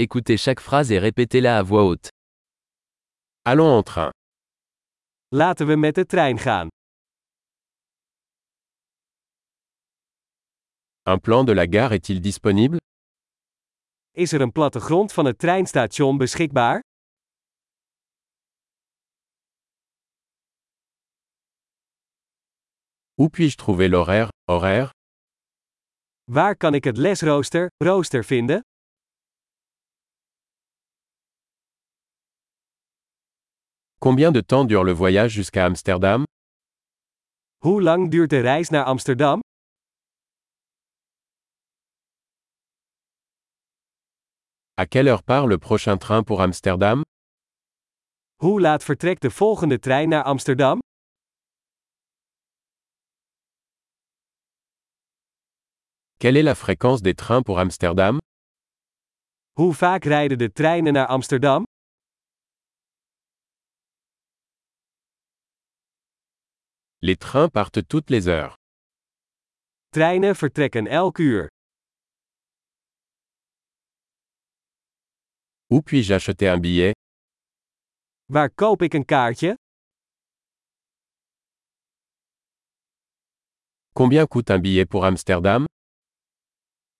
Écoutez chaque phrase et répétez-la à voix haute. Allons en train. Laten we met de trein gaan. Un plan de la gare est-il disponible Is er een plattegrond van het treinstation beschikbaar? Où puis-je trouver l'horaire Horaire Waar kan ik het lesrooster, rooster vinden? Combien de temps dure le voyage jusqu'à Amsterdam Hoe lang duurt de reis naar Amsterdam? À quelle heure part le prochain train pour Amsterdam Hoe laat vertrekt de volgende trein naar Amsterdam? Quelle est la fréquence des trains pour Amsterdam Hoe vaak rijden de treinen naar Amsterdam? Les trains partent toutes les heures. Treinen vertrekken elk uur. Où puis-je acheter un billet Waar koop ik een kaartje? Combien coûte un billet pour Amsterdam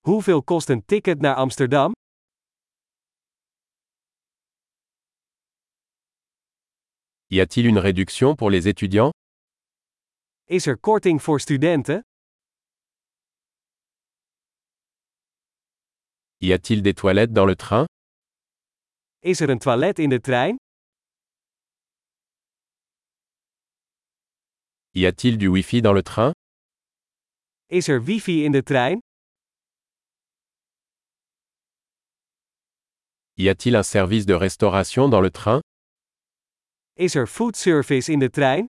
Hoeveel kost een ticket naar Amsterdam? Y a-t-il une réduction pour les étudiants Is er korting voor studenten? Y a-t-il des toilettes dans le train Is er een toilet in de trein? Y a-t-il du Wi-Fi dans le train Is er wifi in de trein? Y a-t-il un service de restauration dans le train Is er foodservice in de trein?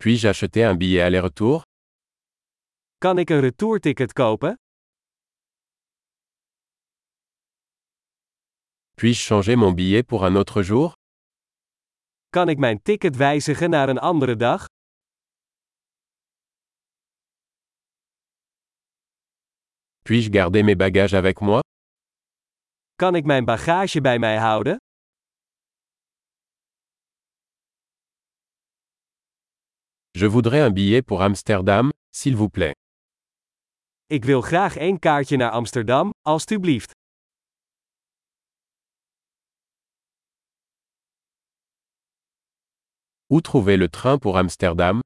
Puis-je acheter un billet aller-retour Kan ik een retourticket kopen? Puis-je changer mon billet pour un autre jour Kan ik mijn ticket wijzigen naar een andere dag? Puis-je garder mes bagages avec moi Kan ik mijn bagage bij mij houden? Je voudrais un billet pour Amsterdam, s'il vous plaît. Ik wil graag één kaartje naar Amsterdam, alstublieft. Où trouver le train pour Amsterdam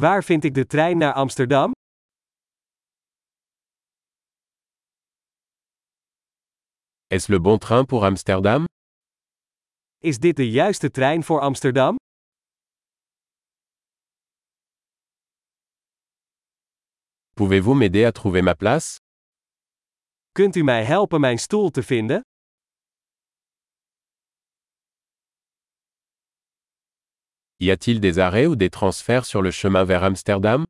Waar vind ik de trein naar Amsterdam? Est-ce le bon train pour Amsterdam Is dit de juiste trein voor Amsterdam? Pouvez-vous m'aider à trouver ma place Kunt u mij helpen mijn stoel te vinden? Y a-t-il des arrêts ou des transferts sur le chemin vers Amsterdam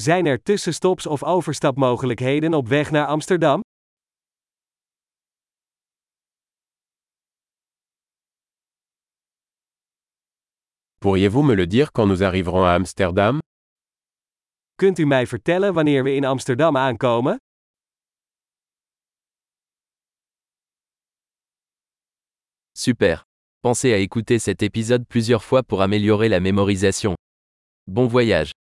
Zijn er tussenstops of overstapmogelijkheden op weg naar Amsterdam? Pourriez-vous me le dire quand nous arriverons à Amsterdam Kunt u mij vertellen wanneer we in Amsterdam aankomen? Super. Pensez à écouter cet épisode plusieurs fois pour améliorer la mémorisation. Bon voyage.